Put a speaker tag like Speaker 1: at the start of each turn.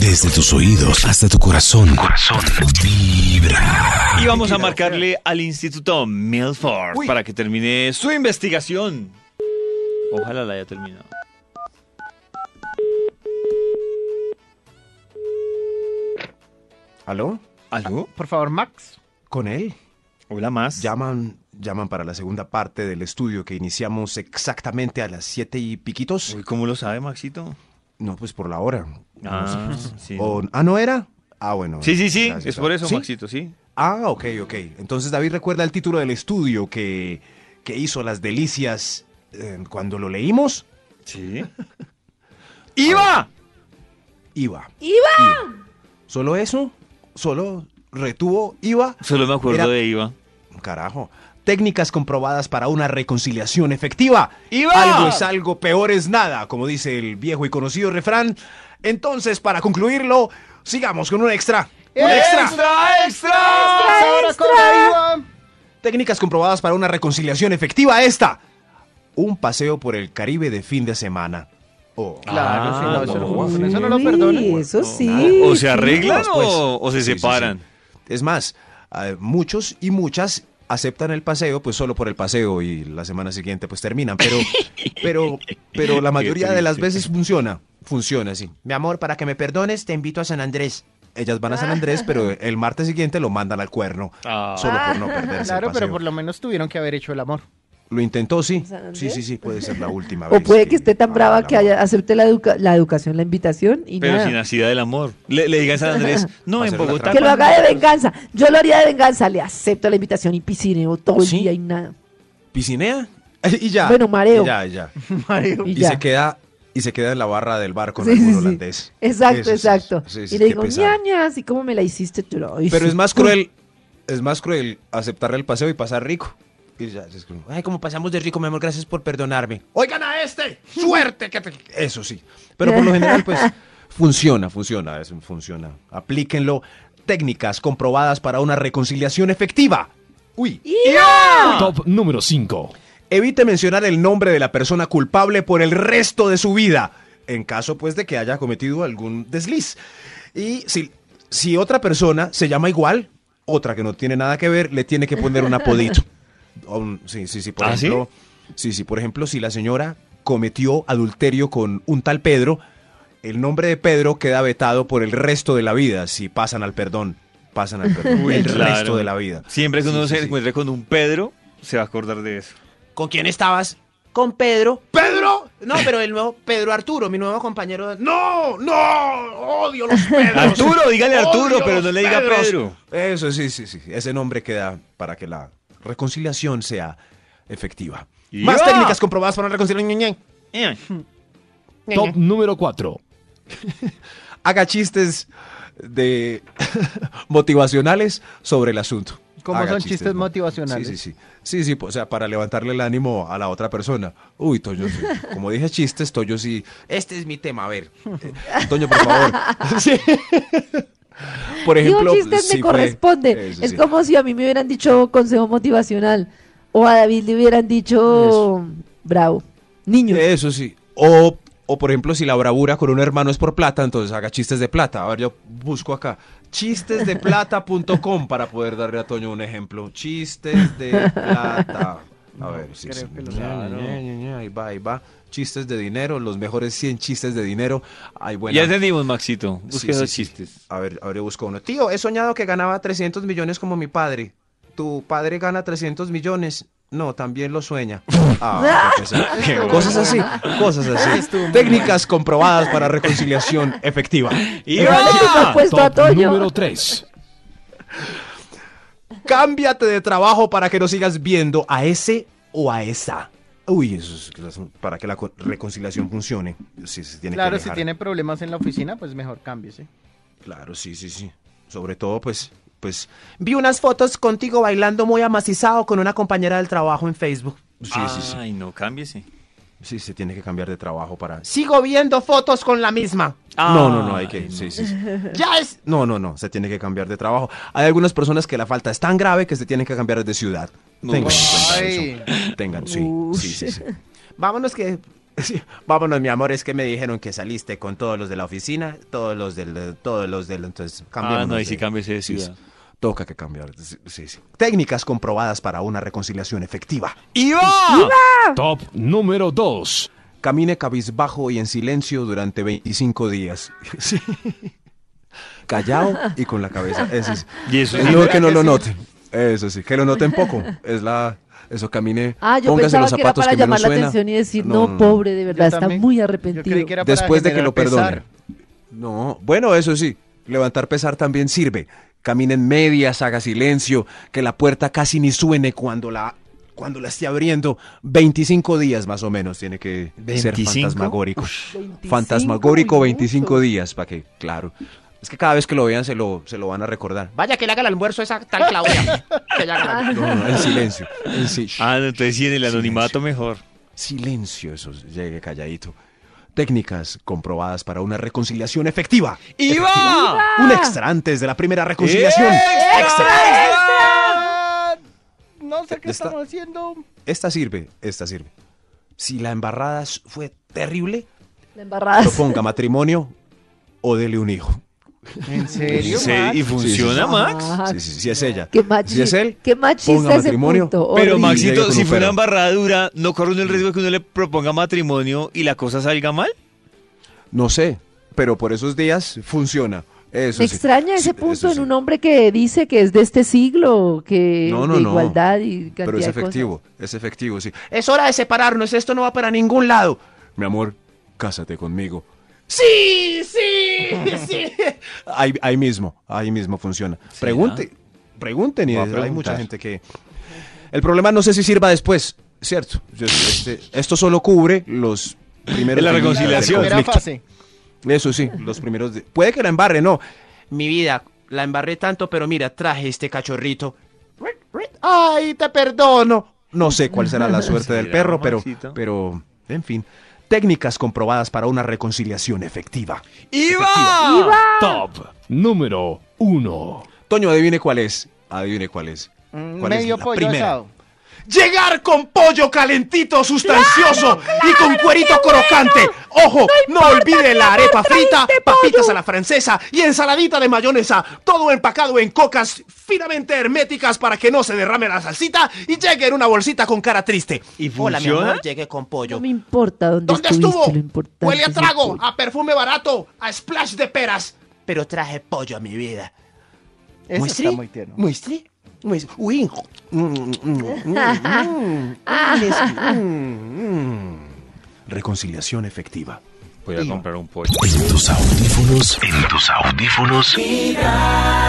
Speaker 1: Desde tus oídos hasta tu corazón. Corazón. Vibra.
Speaker 2: Y vamos a marcarle al Instituto Milford
Speaker 3: Uy.
Speaker 2: para que termine su investigación. Ojalá la haya terminado.
Speaker 3: ¿Aló?
Speaker 2: ¿Aló?
Speaker 4: Por favor, Max.
Speaker 3: ¿Con él?
Speaker 2: Hola más.
Speaker 3: Llaman, llaman para la segunda parte del estudio que iniciamos exactamente a las siete y piquitos.
Speaker 2: Uy, ¿cómo lo sabe, Maxito?
Speaker 3: No, pues por la hora.
Speaker 2: Ah, sí.
Speaker 3: O- ah, ¿no era? Ah, bueno.
Speaker 2: Sí, sí, sí.
Speaker 3: gracias.
Speaker 2: Es por eso,
Speaker 3: ¿Sí?
Speaker 2: Maxito, sí.
Speaker 3: Ah, ok, ok. Entonces David recuerda el título del estudio que, que hizo las delicias eh, cuando lo leímos.
Speaker 2: Sí. ¡Iba!
Speaker 3: Iba. ¡Iba! ¿Solo eso? ¿Solo retuvo IVA?
Speaker 2: Solo me acuerdo
Speaker 3: Era-
Speaker 2: de Iva.
Speaker 3: Carajo. Técnicas comprobadas para una reconciliación efectiva.
Speaker 2: ¡Iba!
Speaker 3: Algo es algo, peor es nada, como dice el viejo y conocido refrán. Entonces, para concluirlo, sigamos con un extra. ¡Un extra!
Speaker 4: Vamos ahora con la IVA.
Speaker 3: Técnicas comprobadas para una reconciliación efectiva esta. Un paseo por el Caribe de fin de semana. Oh.
Speaker 4: Claro,
Speaker 2: Ah,
Speaker 4: sí, no, eso,
Speaker 2: no.
Speaker 4: no, eso no lo
Speaker 5: Uy,
Speaker 4: perdonan.
Speaker 5: Eso sí.
Speaker 2: ¿O se arreglan
Speaker 3: Pues, pues.
Speaker 2: o, o se
Speaker 3: Sí, sí, sí.
Speaker 2: separan?
Speaker 3: Es más, eh, muchos y muchas aceptan el paseo pues solo por el paseo y la semana siguiente pues terminan, pero pero pero la mayoría de las veces funciona, funciona así. Mi amor, para que me perdones, te invito a San Andrés. Ellas van a San Andrés, pero el martes siguiente lo mandan al cuerno,
Speaker 2: Ah.
Speaker 3: solo por no perderse el
Speaker 4: Claro, pero
Speaker 3: paseo.
Speaker 4: por lo menos tuvieron que haber hecho el amor.
Speaker 3: Lo intentó, sí.
Speaker 5: ¿San Andrés?
Speaker 3: Sí, sí, sí, puede ser la última
Speaker 5: O
Speaker 3: vez.
Speaker 5: puede que esté tan
Speaker 3: haga
Speaker 5: brava
Speaker 3: el
Speaker 5: que
Speaker 3: amor.
Speaker 5: haya, acepte la, educa- la educación, la invitación y
Speaker 2: Pero
Speaker 5: nada.
Speaker 2: sin ansiedad del amor. Le, le digan San Andrés, no, en
Speaker 3: Hacer una
Speaker 2: Bogotá.
Speaker 5: Que lo
Speaker 2: cuando-
Speaker 5: haga de venganza. Yo lo haría de venganza. Le acepto la invitación y piscineo todo el
Speaker 3: Sí.
Speaker 5: día y nada.
Speaker 3: ¿Piscinea? y ya.
Speaker 5: Bueno, mareo.
Speaker 3: Y ya, y ya.
Speaker 5: Y,
Speaker 3: Y
Speaker 5: ya.
Speaker 3: se queda y se queda en la barra del bar con
Speaker 5: Sí, sí,
Speaker 3: algún
Speaker 5: sí.
Speaker 3: holandés.
Speaker 5: Exacto,
Speaker 3: Eso sí,
Speaker 5: exacto.
Speaker 3: sí, sí,
Speaker 5: y le
Speaker 3: qué
Speaker 5: digo,
Speaker 3: pesar.
Speaker 5: ñañas, ¿y cómo me la hiciste? Tú lo hice.
Speaker 3: Pero es más cruel, es más cruel aceptarle el paseo y pasar rico. Y ya, es como, Ay, como pasamos de rico, mi amor, gracias por perdonarme. Oigan a este, suerte que te... Eso sí. Pero por lo general, pues, funciona, funciona, es- funciona. Aplíquenlo. Técnicas comprobadas para una reconciliación efectiva. Uy.
Speaker 1: Top número 5.
Speaker 3: Evite mencionar el nombre de la persona culpable por el resto de su vida, en caso pues de que haya cometido algún desliz. Y si, si otra persona se llama igual, otra que no tiene nada que ver, le tiene que poner un apodito. O un- sí, sí, sí, por
Speaker 2: ¿Ah, sí?
Speaker 3: ejemplo. ¿sí? sí, por ejemplo, si la señora cometió adulterio con un tal Pedro, el nombre de Pedro queda vetado por el resto de la vida si pasan al perdón. Pasan al perdón.
Speaker 2: Uy,
Speaker 3: el
Speaker 2: claro.
Speaker 3: resto de la vida.
Speaker 2: Siempre que
Speaker 3: Sí,
Speaker 2: uno
Speaker 3: sí,
Speaker 2: se
Speaker 3: sí.
Speaker 2: encuentre con un Pedro, se va a acordar de eso.
Speaker 3: ¿Con quién estabas? Con Pedro. ¿Pedro? No, pero el nuevo Pedro Arturo, mi nuevo compañero. ¡No! ¡No! ¡Odio los Pedros!
Speaker 2: Arturo, dígale Arturo,
Speaker 3: Odio
Speaker 2: pero
Speaker 3: los
Speaker 2: no le diga
Speaker 3: Pedros.
Speaker 2: Pedro.
Speaker 3: Eso, sí, sí, sí. Ese nombre queda para que la reconciliación sea efectiva.
Speaker 2: ¡Ya!
Speaker 3: Más técnicas comprobadas para una reconciliación.
Speaker 2: Eh.
Speaker 1: Top número 4.
Speaker 3: Haga chistes de motivacionales sobre el asunto.
Speaker 4: ¿Cómo
Speaker 3: Haga
Speaker 4: son chistes
Speaker 3: mo-
Speaker 4: motivacionales?
Speaker 3: Sí, sí, sí. Sí, sí, o sea, para levantarle el ánimo a la otra persona. Uy, Toño, sí. como dije chistes, Toño sí. Este es mi tema, a ver. Eh, Toño, por favor. Sí. Por
Speaker 5: Digo,
Speaker 3: ejemplo,
Speaker 5: chistes
Speaker 3: sí
Speaker 5: me
Speaker 3: fue-
Speaker 5: corresponde.
Speaker 3: eso
Speaker 5: es
Speaker 3: sí.
Speaker 5: como si a mí me hubieran dicho consejo motivacional o a David le hubieran dicho bravo. Niño.
Speaker 3: Eso sí. O, o, por ejemplo, si la bravura con un hermano es por plata, entonces haga chistes de plata. A ver, yo busco acá. Chistesdeplata.com para poder darle a Toño un ejemplo. Chistes de plata. A ver, sí, sí.
Speaker 4: creo que lo-
Speaker 3: Ña, Ña, Ña, Ña, Ahí va, ahí va. Chistes de dinero, los mejores 100 chistes de dinero. Ay, bueno.
Speaker 2: Ya entendimos, Maxito. Busque
Speaker 3: Sí, sí,
Speaker 2: esos
Speaker 3: sí.
Speaker 2: chistes.
Speaker 3: A ver, a ver, yo busco uno. Tío, he soñado que ganaba 300 millones como mi padre. Tu padre gana 300 millones. No, también lo sueña. Ah, qué pesar. cosas así, cosas así. Técnicas comprobadas para reconciliación efectiva.
Speaker 5: Pero dale tu propuesto a
Speaker 1: Top
Speaker 5: Toño.
Speaker 1: número 3.
Speaker 3: Cámbiate de trabajo para que no sigas viendo a ese o a esa. Uy, eso es para que la co- reconciliación funcione. Sí, se tiene que
Speaker 4: Claro, si
Speaker 3: alejar.
Speaker 4: tiene problemas en la oficina, pues mejor cámbiese.
Speaker 3: Claro, sí, sí, sí. Sobre todo, pues, pues. Vi unas fotos contigo bailando muy amacizado con una compañera del trabajo en Facebook. Sí, sí, sí.
Speaker 2: Ay, no, cámbiese.
Speaker 3: Sí, se tiene que cambiar de trabajo para. Sigo viendo fotos con la misma.
Speaker 2: Ah,
Speaker 3: no, no, no, hay
Speaker 2: ay,
Speaker 3: que.
Speaker 2: no.
Speaker 3: Sí, sí, sí. ya es. No, no, no, se tiene que cambiar de trabajo. Hay algunas personas que la falta es tan grave que se tienen que cambiar de ciudad. Tengan en cuenta
Speaker 4: Ay.
Speaker 3: eso. Tengan, sí,
Speaker 5: Uy.
Speaker 3: sí, sí, sí. Vámonos que Sí, Vámonos, mi amor, es que me dijeron que saliste con todos los de la oficina, todos los del, todos los del, entonces
Speaker 2: Ah,
Speaker 3: cambiémonos
Speaker 2: no, y
Speaker 3: de-
Speaker 2: si cambies de ciudad.
Speaker 3: Toca que cambiar. sí, sí, sí. Técnicas comprobadas para una reconciliación efectiva.
Speaker 2: ¡Iba!
Speaker 1: Top número 2.
Speaker 3: Camine cabizbajo y en silencio durante 25 días. Sí. Callado y con la cabeza. Eso es.
Speaker 2: Y eso
Speaker 3: Es
Speaker 2: sí.
Speaker 3: mejor que no lo noten. Eso sí, que lo noten poco. Es la. Eso camine.
Speaker 5: Ah, yo
Speaker 3: póngase
Speaker 5: pensaba
Speaker 3: los
Speaker 5: que era
Speaker 3: zapatos
Speaker 5: para
Speaker 3: que,
Speaker 5: llamar
Speaker 3: menos
Speaker 5: la
Speaker 3: suena.
Speaker 5: atención y decir, no, pobre, de verdad,
Speaker 4: Yo
Speaker 5: está
Speaker 4: también.
Speaker 5: muy
Speaker 4: Yo creí
Speaker 5: arrepentido.
Speaker 4: que era para
Speaker 3: Después de que
Speaker 4: generar
Speaker 3: lo perdone.
Speaker 4: pesar.
Speaker 3: No, bueno, eso sí, levantar pesar también sirve. Caminen medias, haga silencio, que la puerta casi ni suene cuando la cuando la esté abriendo. 25 días más o menos tiene que ser
Speaker 2: 25?
Speaker 3: fantasmagórico.
Speaker 5: 25,
Speaker 3: fantasmagórico
Speaker 5: uy,
Speaker 3: 25
Speaker 5: mucho.
Speaker 3: días, para que, claro. Es que cada vez que lo vean se lo, se lo van a recordar.
Speaker 6: Vaya que le haga el almuerzo a esa tal Claudia. que le haga el almuerzo.
Speaker 3: No, no, en silencio. en si-
Speaker 2: Ah, no, entonces sí, en el
Speaker 3: Silencio.
Speaker 2: anonimato mejor.
Speaker 3: Silencio, eso llegue calladito. Técnicas comprobadas para una reconciliación efectiva.
Speaker 2: ¡Iba!
Speaker 3: Un extra antes de la primera reconciliación.
Speaker 4: Ah, No sé qué
Speaker 3: Está-
Speaker 4: estamos haciendo.
Speaker 3: Esta sirve, esta sirve. Si la embarrada s- fue terrible,
Speaker 5: La embarrada.
Speaker 3: proponga matrimonio o dele un hijo.
Speaker 4: ¿En serio?
Speaker 2: Sí, Ah, ¿Y
Speaker 4: Max?
Speaker 2: funciona,
Speaker 3: Sí, sí, sí.
Speaker 2: Max?
Speaker 5: Max.
Speaker 3: Sí, sí, sí, es ella.
Speaker 5: Ah, Qué
Speaker 3: Si es
Speaker 5: machista,
Speaker 3: él,
Speaker 5: qué machista
Speaker 3: ponga
Speaker 5: ese
Speaker 3: matrimonio.
Speaker 5: punto.
Speaker 2: Pero
Speaker 5: horrible.
Speaker 3: Maxi-
Speaker 2: Maxito,
Speaker 3: con
Speaker 2: si
Speaker 3: un
Speaker 2: fue una
Speaker 3: perro.
Speaker 2: embarradura, ¿no corre uno el riesgo de que uno le proponga matrimonio y la cosa salga mal?
Speaker 3: no sé, pero por esos días funciona. Eso
Speaker 5: Me
Speaker 3: sí.
Speaker 5: extraña
Speaker 3: Sí,
Speaker 5: ese
Speaker 3: eso
Speaker 5: punto en
Speaker 3: sí.
Speaker 5: un hombre que dice que es de este siglo, que
Speaker 3: No, no,
Speaker 5: de
Speaker 3: no.
Speaker 5: igualdad y cantidad
Speaker 3: Pero es
Speaker 5: de cosas.
Speaker 3: efectivo, es efectivo, sí. Es hora de separarnos, esto no va para ningún lado. Mi amor, cásate conmigo.
Speaker 6: Sí, sí, sí.
Speaker 3: Ahí, ahí mismo, ahí mismo funciona. Pregunte, pregunten y
Speaker 2: Voy a
Speaker 3: hay mucha
Speaker 2: preguntar.
Speaker 3: gente que... El problema no sé si sirva después, ¿cierto? Yo- este, esto solo cubre los primeros...
Speaker 2: La
Speaker 3: días del
Speaker 2: reconciliación.
Speaker 4: Primera
Speaker 3: conflicto.
Speaker 4: fase.
Speaker 3: Eso sí, los primeros... de- Puede que la embarre, no.
Speaker 6: Mi vida, la embarré tanto, pero mira, traje este cachorrito. Ay, te perdono.
Speaker 3: No sé cuál será la suerte del
Speaker 2: Será,
Speaker 3: perro, pero,
Speaker 2: Maxito.
Speaker 3: pero, en fin. Técnicas comprobadas para una reconciliación efectiva.
Speaker 2: ¡Iba!
Speaker 1: Top número 1.
Speaker 3: Toño, adivine cuál es. Adivine cuál es.
Speaker 4: Mm,
Speaker 3: ¿Cuál es
Speaker 4: Medio
Speaker 3: la
Speaker 4: pollo
Speaker 3: primera?
Speaker 4: asado.
Speaker 6: Llegar con pollo calentito, sustancioso y con cuerito crocante. Ojo, no, olvide la arepa frita, papitas a la francesa y ensaladita de mayonesa. Todo empacado en cocas finamente herméticas para que no se derrame la salsita y llegue en una bolsita con cara triste.
Speaker 2: ¿Y funciona?
Speaker 6: llegué con pollo.
Speaker 5: No me importa dónde,
Speaker 6: ¿Dónde
Speaker 5: estuviste,
Speaker 6: estuvo?
Speaker 5: lo importante
Speaker 6: Huele a
Speaker 5: es el
Speaker 6: trago,
Speaker 5: pollo.
Speaker 6: a perfume barato, a splash de peras. Pero traje pollo a mi vida.
Speaker 4: Eso
Speaker 6: Muestri,
Speaker 4: está muy tierno.
Speaker 6: muestri, muestri. Uy. Mm, mm, mm, mm, mm.
Speaker 3: Reconciliación efectiva.
Speaker 2: Voy a comprar un pollo.
Speaker 1: En tus audífonos. En tus audífonos.